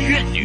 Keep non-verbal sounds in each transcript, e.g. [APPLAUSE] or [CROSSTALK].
怨女，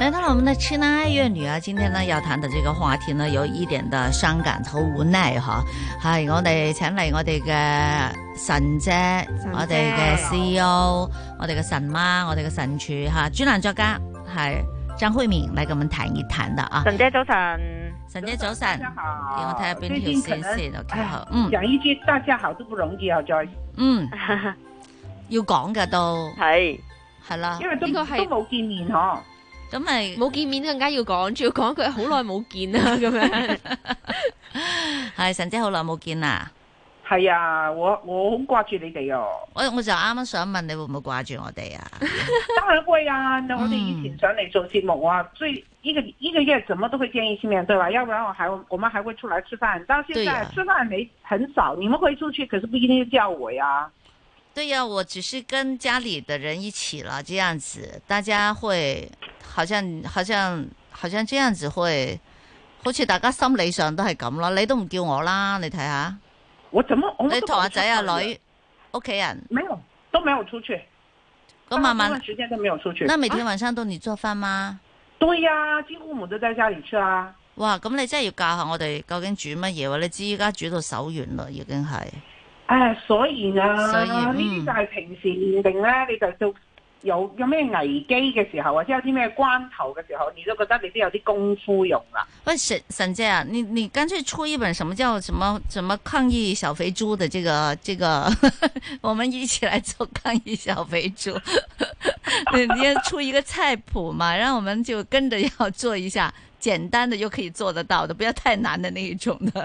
来到了我们的痴男爱怨女啊，今天呢要谈的这个话题呢，有一點的傷感，好無奈嗬。係我哋請嚟我哋嘅神姐，我哋嘅 CEO，我哋嘅神媽，我哋嘅神廚吓，專欄作家係張慧敏嚟，跟我們談一談的啊。沈姐早晨，神姐早晨大，家讓我好，睇下邊最條近可線能哎先，OK 唉好，嗯講一句大家好都不容易啊，Joy，嗯， [LAUGHS] 要講嘅都係係啦，因為都呢個都係冇見面嗬，咁咪冇見面更加要講，仲要講句好耐冇見啦 [LAUGHS] 咁樣。係神姐好耐冇見啦。係啊，我我好掛住你 [LAUGHS] 哋哦，我我就啱啱想問你會唔會掛住我哋啊？當然會啊，那我哋以前上嚟做節目啊，最一個一個月怎麼都會見一次面對吧？要不然我還我們還會出來吃飯，到現對啊在呀吃飯沒很少，你們會出去，可是不一定叫我啊呀，对呀、我只是跟家里的人一起了，这样子大家会好像好像好像这样子会，好似大家心理上都係咁啦。你都唔叫我啦，你睇下，我怎麼我你們都同阿冇出仔去啊阿的女、屋企人，沒有都沒有出去，咁慢大部分慢。時間都沒有出去，那每天晚上都你做飯嗎？對呀、幾乎我們都在家裏吃啊。哇！咁你真係要教下我哋究竟煮乜嘢喎？你知依家煮到手軟啦，已經係。唉，所以啊，所以呢啲嗯就係平時練定咧，你就到有有咩危機嘅時候，或啊者有啲咩關頭嘅時候，你都覺得你都有啲功夫用啦。喂，沈沈姐啊，你你干脆出一本什么叫什么什么抗议小肥猪的这个这个， [LAUGHS] 我们一起来做抗议小肥猪。 [LAUGHS] 你你要出一个菜谱嘛，然后我们就跟着要做一下简单的又可以做得到的，不要太难的那一种的。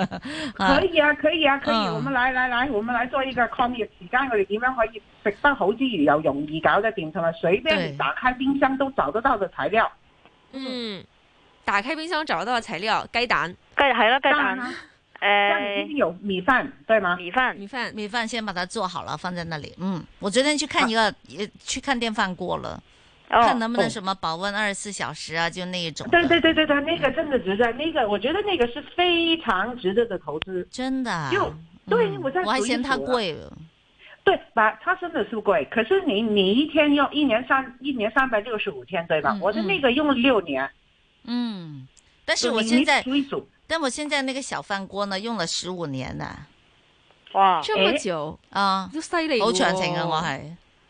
啊可，以啊，可以啊，可以！嗯我們嚟嚟嚟，我們嚟做呢個抗疫期間，我哋點樣可以食得好之餘又容易搞得掂，同埋隨便對打開冰箱都找得到嘅材料。嗯，打開冰箱找到嘅材料，雞蛋、雞係啦，雞蛋啦，家裏已誒經有米飯，對嗎？米飯，米飯。啊米饭先把它做好了，放在那里。嗯，我昨天去看一个，也去看电饭锅了，看能不能哦什么保温二十四小时啊，就那一种的。對对对对对，那個真的值得，那個我覺得那個是非常值得的投資。真的啊。就对嗯我在我还数一嫌它数了贵。对吧？它真的是贵，可是你你一天用一年三一年三百六十五天，对吧？嗯我的那个用了六年，嗯，但是就我你现你在，数一数，但我现在那个小饭锅呢，用了十五年呢，哇，這麼久啊，都犀哎利喎，好長情啊，我係，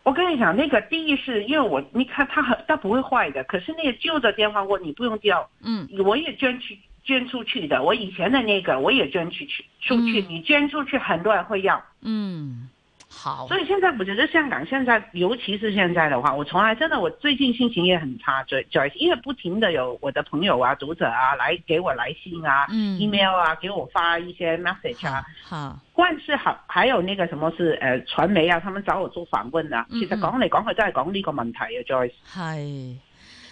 我跟你讲，那个第一是因为我你看它很它不会坏的，可是那个旧的电饭锅你不用掉，嗯，我也捐去捐出去的，我以前的那个我也捐去去出去，嗯你捐出去很多人会要，嗯，好，所以现在我觉得香港现在，尤其是现在的话，我从来真的我最近心情也很差，就就因为不停的有我的朋友啊、读者啊来给我来信啊，嗯 email 啊，给我发一些 message 好啊。，好，但是好，还有那个什么是呃传媒啊，他们找我做訪問啊。嗯其實講嚟講去都係講呢個問題啊，Joyce，係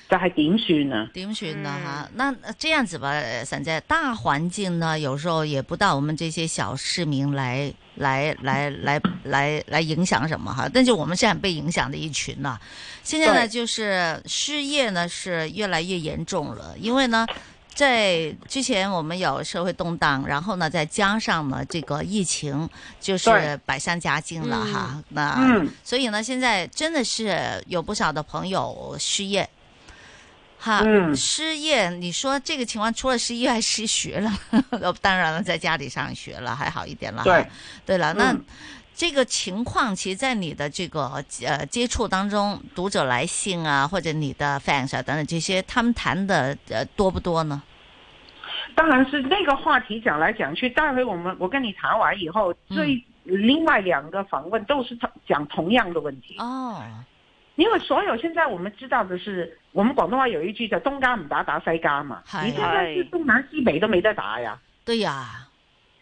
就係點算啊？點算呢？哈，那這樣子吧，呃沈姐，大環境呢，有時候也不到我們這些小市民來來來来来来影響什麼哈，但是我們是很被影響的一群啦、现在呢，对就是失业呢是越来越严重了，因为呢，在之前我们有社会动荡，然后呢，再加上呢这个疫情，就是对百上加斤了哈。那、嗯所以呢，现在真的是有不少的朋友失业。哈，嗯失业，你说这个情况除了失业还失学了， [LAUGHS] 哦当然了，在家里上学了还好一点了哈。對，对了，那嗯这个情况，其实，在你的这个呃接触当中，读者来信啊，或者你的 fans 啊等等这些，他们谈的呃多不多呢？當然是那個話題講來講去，待會我們我跟你談完以後，嗯最另外兩個訪問都是講同樣的問題，哦，因為所有現在我們知道的是，我們廣東話有一句叫東家唔打打西家嘛，係你現在是東南西北都沒得打呀。对呀，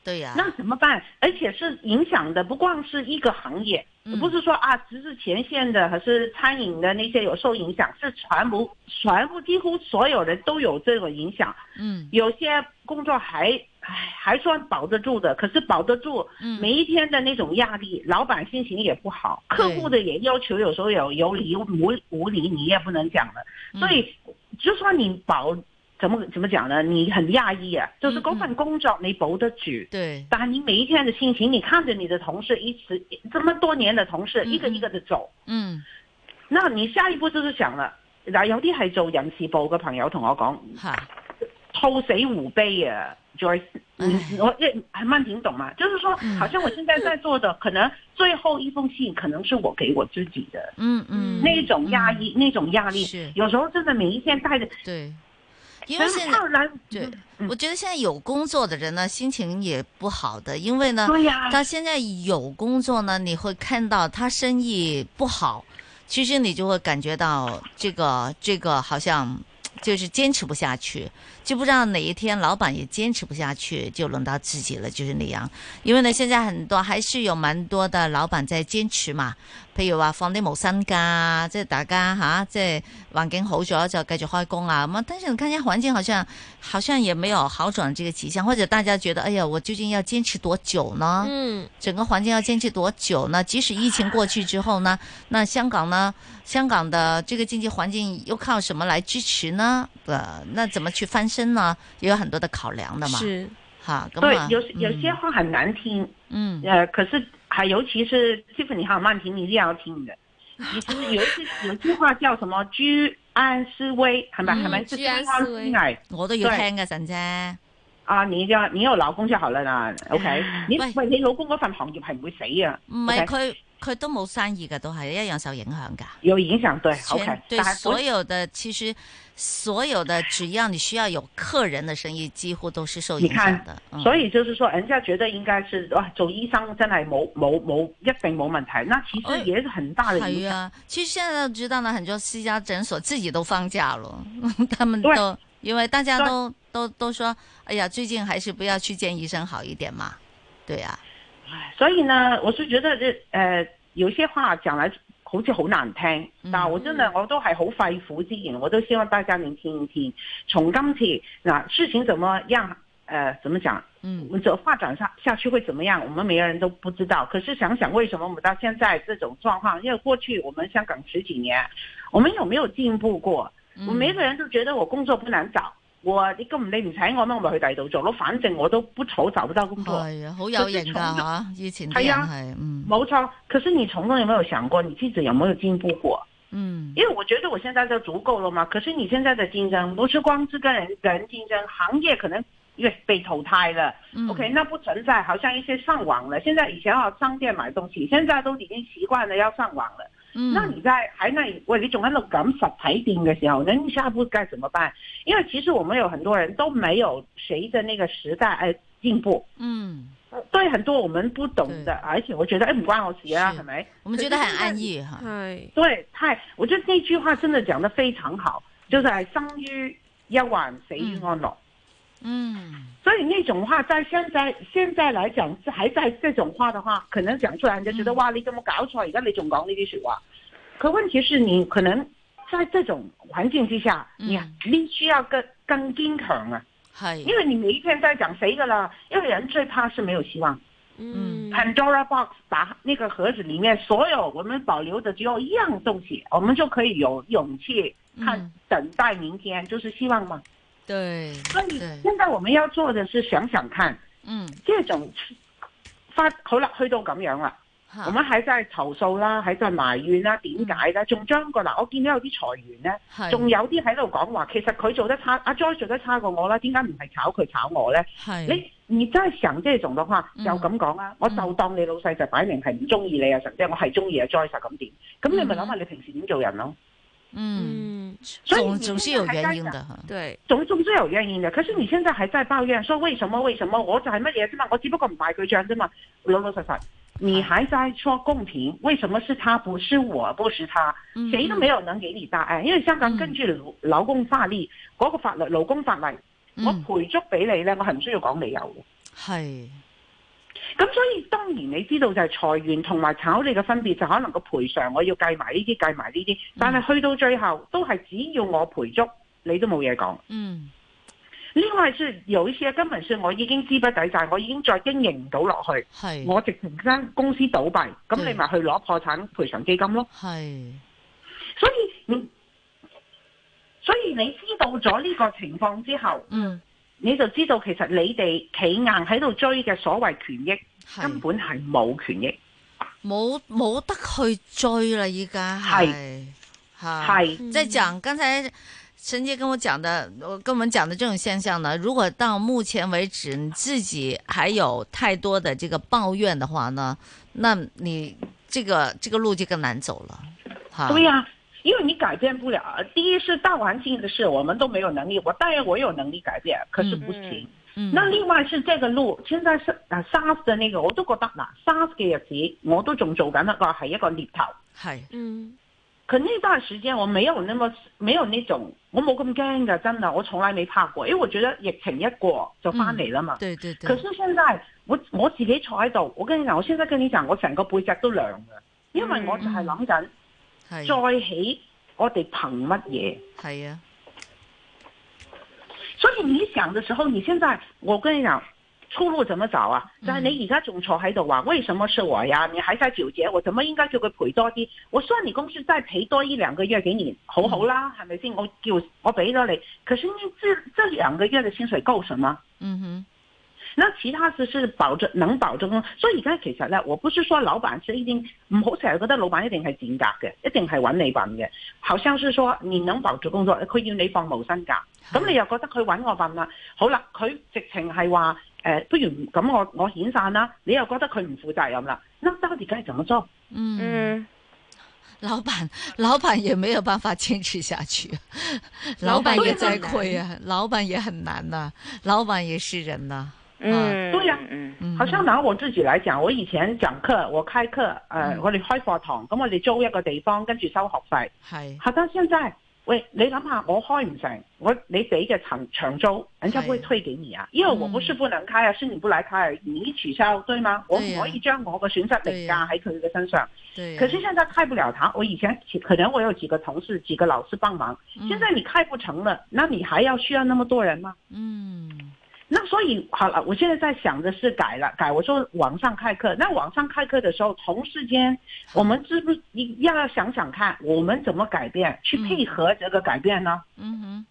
对呀，那怎么办？而且是影响的不光是一个行业，嗯不是说啊，只是前线的还是餐饮的那些有受影响，是全部全部几乎所有人都有这种影响。嗯有些工作还唉还算保得住的，可是保得住，嗯每一天的那种压力，老板心情也不好，客户的也要求有时候有有理无无理，你也不能讲了。嗯所以，就算你保怎么怎么讲呢？你很压抑啊，就是嗯嗰份工作你保得住。对，但你每一天的心情，你看着你的同事一直这么多年的同事嗯一个一个的走，嗯，那你下一步就是想啦，嗱有啲係做人事部嘅朋友同我講，好，兔死狐悲啊，Joyce，哎你我也还慢点懂嘛，就是说嗯，好像我现在在做的，可能最后一封信可能是我给我自己的嗯嗯，那种压抑，那种压力是，有时候真的每一天带着，对，因为然现在后然，对嗯我觉得现在有工作的人呢，心情也不好的，因为呢，对呀、他现在有工作呢，你会看到他生意不好，其实你就会感觉到这个这个好像就是坚持不下去，就不知道哪一天老板也坚持不下去，就轮到自己了，就是那样。因为呢，现在很多还是有蛮多的老板在坚持嘛，譬如話放啲無薪假，啊即係大家吓、即係環境好咗就繼續開工啊。咁啊，但是你看見環境好像好像也沒有好轉這個迹象，或者大家覺得，哎呀，我究竟要堅持多久呢？嗯，整个环境要坚持多久呢？即使疫情过去之后呢，那香港呢？香港的这个经济环境又靠什么来支持呢？呃，那怎么去翻身呢？也有很多的考量啊的嘛。是，哈，咁对啊，，有有些话很难听。嗯嗯呃，可是还尤其是 Tiffany 还有曼婷，你一定要听的。你是有一句有一句话叫什么“居安思危”，系咪？嗯系咪是居安安思危危我都要聽嘅陣啫。啊！你一定要你有老公就好啦啦，OK？你喂喂，你老公嗰份行業係唔會死啊，唔係 OK 佢佢都冇生意嘅，都係一樣受影響㗎。有影響對，OK？全对但係所本有的其實所有的只要你需要有客人的生意，幾乎都是受影響的。嗯所以就是說，人家覺得應該是哇，做醫生真係冇冇冇一定冇問題。那其哎實也是很大的影系響。啊，其实现在知道呢，很多私家诊所自己都放假了， [LAUGHS] 他们对都因为大家对都都都说，哎呀，最近还是不要去见医生好一点嘛。对呀、所以呢，我是觉得这呃，有些话讲来好似好難聽，嗯但我真的我都係好肺腑之言，我都希望大家能聽一聽。從今次嗱事情怎麼樣，呃，怎麼講，我嗯，们走發展下下去會怎麼樣，我們每個人都不知道。可是想想為什麼我們到現在這種狀況，因為過去我們香港十幾年，我們有沒有進步過？嗯我每一個人都覺得我工作不難找，我你咁你唔請我咩，我咪去第二度做咯，反正我都不愁找不到工作。系啊，好有型佢噶哋從吓，以前啲係人啊系嗯冇错，可是你从中有没有想过你自己有没有进步过？嗯因为我觉得我现在就足够了嘛。可是你现在的竞争不是光是跟人人竞争，行业可能因为被淘汰了、嗯 o k 那不存在，好像一些上网了。现在以前要商店买东西，现在都已经习惯了要上网了。嗯那你在还那里喂，你总在那赶实体店的时候，那你下一步该怎么办？因为其实我们有很多人都没有随着那个时代而进步。嗯，对很多我们不懂对，的而且我觉得哎，不关我事啊，是系咪？我们觉得很安逸哈。係，对，太，我觉得那句话真的讲得非常好，就是哎生于忧患，死于安乐。嗯，所以那种话在现在现在来讲，是还在这种话的话，可能讲出来人家觉得、哇，你怎么搞错？而家你仲讲呢啲说话？可问题是你可能在这种环境之下，嗯你你需要更更坚强啊，因系为你每一天在讲谁的啦，因为人最怕是没有希望。嗯， Pandora box 打那个盒子里面所有我们保留的只有一样东西，我们就可以有勇气看、嗯等待明天，就是希望嘛。对所以对，现在我们要做的是想想看，嗯，这种发好啦，去到咁樣啦，吓我們喺真係投訴啦，喺真係埋怨啦，點解嗯咧？仲將個嗱，我見到有啲裁員咧，仲有啲喺度講話，其實佢做得差，阿 Joy 做得差過我啦，點解唔係炒佢炒我咧？系你你真係想即種嘅話，嗯就咁講啦。我就當你老細就擺明係唔中意你啊，神即係我係中意啊 Joyce 啊咁點？咁你咪諗下你平時點做人咯？嗯，嗯，所以总你总是现有在还原在因讲的哈。對，種種都有原因嘅。可是你現在還在抱怨，說為什麼為什麼？我就係乜嘢啫嘛，我只不過唔賣佢帳啫嘛。老老實實，你嗯還在說公平？為什麼是他不是我不是他？嗯誰都沒有能給你答案，因為香港根據勞勞工法例嗰、個法律勞工法例，我嗯賠足俾你咧，我係唔需要講理由嘅。系咁所以當然你知道就係裁員同埋炒你嘅分別，就可能個賠償我要計埋呢啲計埋呢啲，但係去到最後都係只要我賠足，你都冇嘢講。嗯呢、為是有一些啊根本是我已經資不抵債，我已經再經營唔到落去，係我直情間公司倒閉，咁對你咪去攞破產賠償基金咯。係所以你，所以你知道咗呢個情況之後，嗯你就知道其實你哋企硬喺度追嘅所謂權益，根係本係冇權益，冇冇得去追啦，依家係嚇係。在讲刚才陈姐跟我讲的，我跟我们讲的这种现象呢，如果到目前为止你自己还有太多的这个抱怨的话呢，那你这个这个路就更难走了，哈。对呀、因为你改变不了。第一是大环境的事，我们都没有能力。我当然我有能力改变，可是不行。嗯，那另外是這個路，現在是啊 SARS 嘅呢個我都覺得嗱 SARS 嘅日子我都仲做緊一個係一個獵頭。系嗯可那段時間我沒有那麼沒有那種我冇咁驚㗎，真的，我從來沒怕過，因為我覺得疫情一過就翻嚟啦嘛。对嗯对可对，是現在我我自己坐喺度，我跟你講，我現在跟你講，我成個背脊都涼㗎，因為我就嗯係諗緊。系再起，我哋憑乜嘢？系啊，所以你想嘅時候，你現在我跟你講，出路怎麼找啊？嗯但係你而家仲坐喺度話，為什麼是我呀？你還在糾結，我怎麼應該叫佢賠多啲？我算你公司再賠多一兩個月給你，好好啦，係咪先？我叫我俾咗你，可是呢這這兩個月嘅薪水夠什麼？嗯哼，那其他事是保證能保證咯，所以而家其實咧，我不是說老闆是一定唔好成日覺得老闆一定係賤格嘅，一定係揾你笨嘅。好像是說你能保住工作，佢要你放無薪假，嗯咁你又覺得佢揾我笨啦。好啦，佢直情係話誒，不如唔咁我我遣散啦，你又覺得佢唔負責任啦。那到底該怎麼做？嗯，嗯，老板 [LAUGHS] 老板也没有办法坚持下去，老老板板也也在很难亏啊，老板也很难呐，老板也是人呐，嗯，对呀嗯嗯，好像拿我自己來講，我以前講課，我開課，誒、嗯我哋開課堂，咁我哋租一個地方，跟住收學費。系好到現在，喂，你諗下，我開唔成，我你俾嘅長長租，人家不會退給你啊，因為我不是不能開啊，是你不來開而已，你取消對嗎？我對唔呀可以將我嘅損失凌駕喺佢嘅身上。嗯对啊，可是現在開不了堂，我以前可能我有幾個同事、幾個老師幫忙，嗯現在你開不成了，那你還要需要那麼多人嗎？嗯。那所以好了，我現在在想的是改了，改我說網上開課。那網上開課的時候，同事間我们是不是一要想想看，我們怎麼改變，去配合這個改變呢？嗯哼，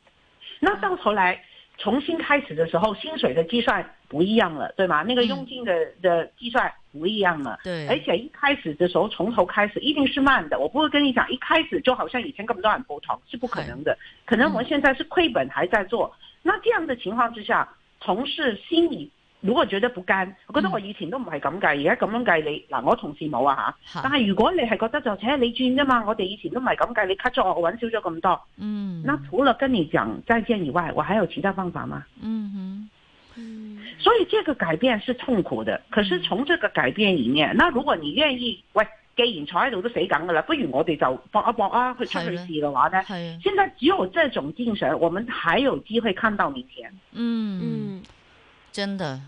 那到頭來重新開始的時候，薪水的計算不一樣了，對嗎？那個佣金的、的計算不一樣了。对，而且一開始的時候，從頭開始一定是慢的。我不會跟你講，一開始就好像以前根本都很不同，是不可能的。可能我們現在是虧本還在做。那這樣的情況之下，同事心裡如果覺得不甘，我覺得嗯我以前都唔係咁計，而家咁樣計你嗱，我同事冇啊嚇。但嚇係如果你係覺得就，且你轉啫嘛，我哋以前都唔係咁計，你 cut 咗我，我揾少咗咁多。嗯，那除了跟你講再見以外，我還有其他方法嗎？嗯嗯所以这个改变是痛苦的，可是从这个改变里面，那如果你愿意，喂，既然坐喺度都死梗噶啦，不如我哋就搏一搏啊，去出去試嘅話呢哼，，係啊，現在只有這種精神，我們才有機會看到明天。嗯，嗯，真的，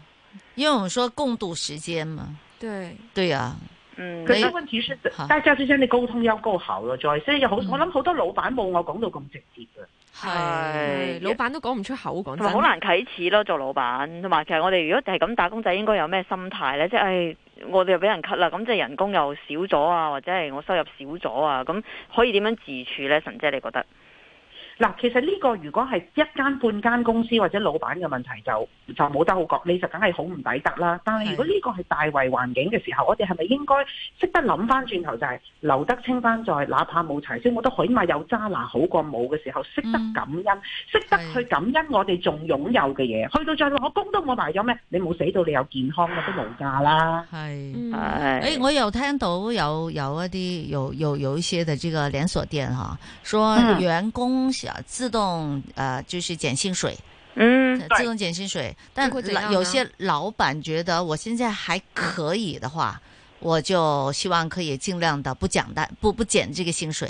因為我們說共度時間嘛，啊对，對呀，嗯可是問題是好，大家之間嘅溝通要夠好咯，再所以有好，嗯我諗好多老闆冇我講到咁直接嘅。係，係係老闆都講唔出口，講同埋真，好難啟齒咯，做老闆同埋其實我哋如果係咁打工仔，應該有咩心態呢？即係唉我哋又俾人 cut 啦，咁即係人工又少咗啊，或者係我收入少咗啊，咁可以點樣自處呢？神姐你覺得？嗱，其實呢個如果係一間半間公司或者老闆嘅問題就，就冇得好講，你就梗係好唔抵得啦。但係如果呢個係大圍環境嘅時候，我哋係咪應該識得諗翻轉頭，就係留得青山在，哪怕冇柴燒，我都起碼有揸拿好過冇嘅時候，識得嗯感恩，識得係去感恩我哋仲擁有嘅嘢。去到最後，我工都冇埋咗咩？你冇死到，你有健康嘅都無價啦。係。嗯唉誒，哎我有聽到有有一啲有有有一些的這個連鎖店哈，說嗯員工想自動呃就是減薪水，呃嗯自动减薪水，但会怎老样有呢些老板觉得我现在还可以的话，我就希望可以尽量的不减但不不减这个薪水。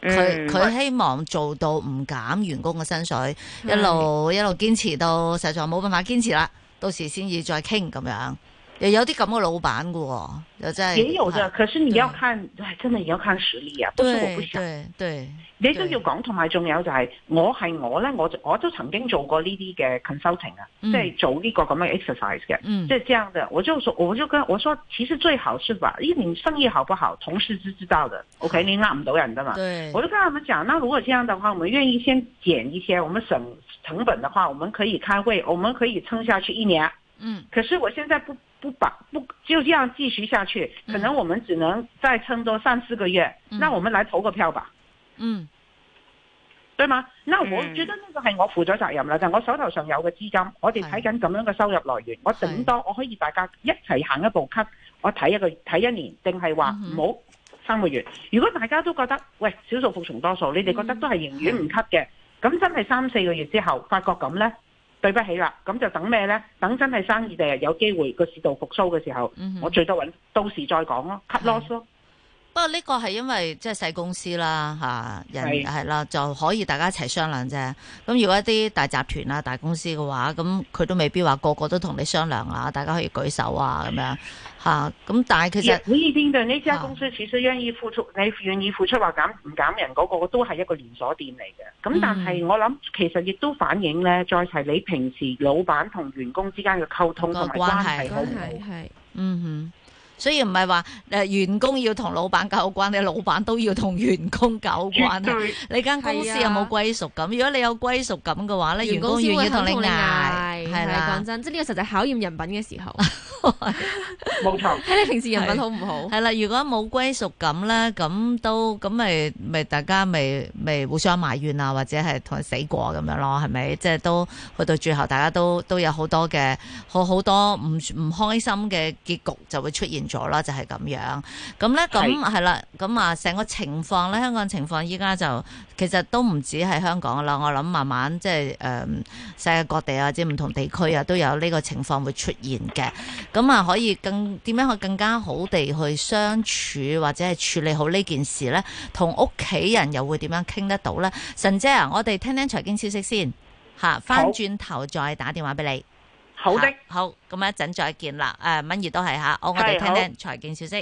佢嗯佢希望做到唔減員工嘅薪水，一路一路堅持到實在冇辦法堅持啦，到時先至再傾咁樣。又有啲咁嘅老闆噶、喎，又真係嗯也有的，嚇可是你要對看，唉，真的也要看實力啊，不是我不對想。對對，你都要講，同埋仲有就係、我係我咧，我就我都曾經做過呢啲嘅 consulting 啊，嗯即係做呢個咁嘅 exercise 嘅。嗯即係這樣的，我就說，我就跟我說，其實最好是吧，因為你生意好不好，同事是知道的。OK，你呃唔到人的嘛。對我就跟他們講，那如果這樣的話，我們願意先減一些，我們省成本的話，我們可以開會，我們可以撐下去一年。啊嗯可是我現在不不把不就這樣繼續下去，可能我們只能再撐多三四個月。嗯那我們來投個票吧。嗯對嘛？嗱，嗯我覺得呢個係我負咗責任啦，就係我手頭上有嘅資金，我哋睇緊咁樣嘅收入來源，我頂多我可以大家一齊行一步 cut，我睇一個睇一年，定係話嗯哼唔好三個月。如果大家都覺得喂少數服從多數，你哋覺得嗯都係寧願唔 cut 嘅，咁真係三四個月之後發覺咁呢，對不起啦，咁就等咩呢？等真係生意第日有機會個市道復甦嘅時候，嗯哼我最多揾到時再講咯，cut 係 loss 咯。不過呢個係因為即係細公司啦嚇、人係係啦，就可以大家一齊商量啫。咁如果一啲大集團啊、大公司嘅話，咁佢都未必話個個都同你商量啊，大家可以舉手啊咁樣嚇。咁、但係其也實不一定嘅，呢家公司其實願意付出，啊你願意付出話減唔減人嗰個都係一個連鎖店嚟嘅。嗯咁但係我諗其實亦都反映咧，再係你平時老闆同員工之間嘅溝通同埋個關關係係好唔好？係係嗯哼，所以唔係話誒員工要同老闆搞好關係，老闆都要同員工搞好關啊絕係。對你間公司係啊有冇歸屬感？如果你有歸屬感嘅話咧，員員工工先願意會同肯你同你嗌，嗌，係係啦講。真，即係呢個實在考驗人品嘅 [LAUGHS] 時候，冇錯。睇你平時人品好唔好系。啦，如果冇歸屬感咧，咁都咁咪咪大家咪咪互相埋怨啊，或者係同人死過咁樣咯，係咪？即係都去到最後，大家都都有好多嘅好好多唔唔開心嘅結局就會出現咗啦，就係、咁樣。咁咧咁係啦，咁啊成個情況咧，香港情況依家就其實都唔止係香港啦，我諗慢慢即係誒、嗯世界各地啊，或者唔同地區啊，都有呢個情況會出現嘅。咁啊，可以更點樣去更加好地去相處或者係處理好呢件事呢？同屋企人又會點樣傾得到呢？神姐啊，我哋聽聽財經消息先嚇，翻好轉頭再打電話俾你。好的啊嚇。好，咁一陣再見啦。誒、敏儀都係嚇，好，我係哋聽聽財經消息。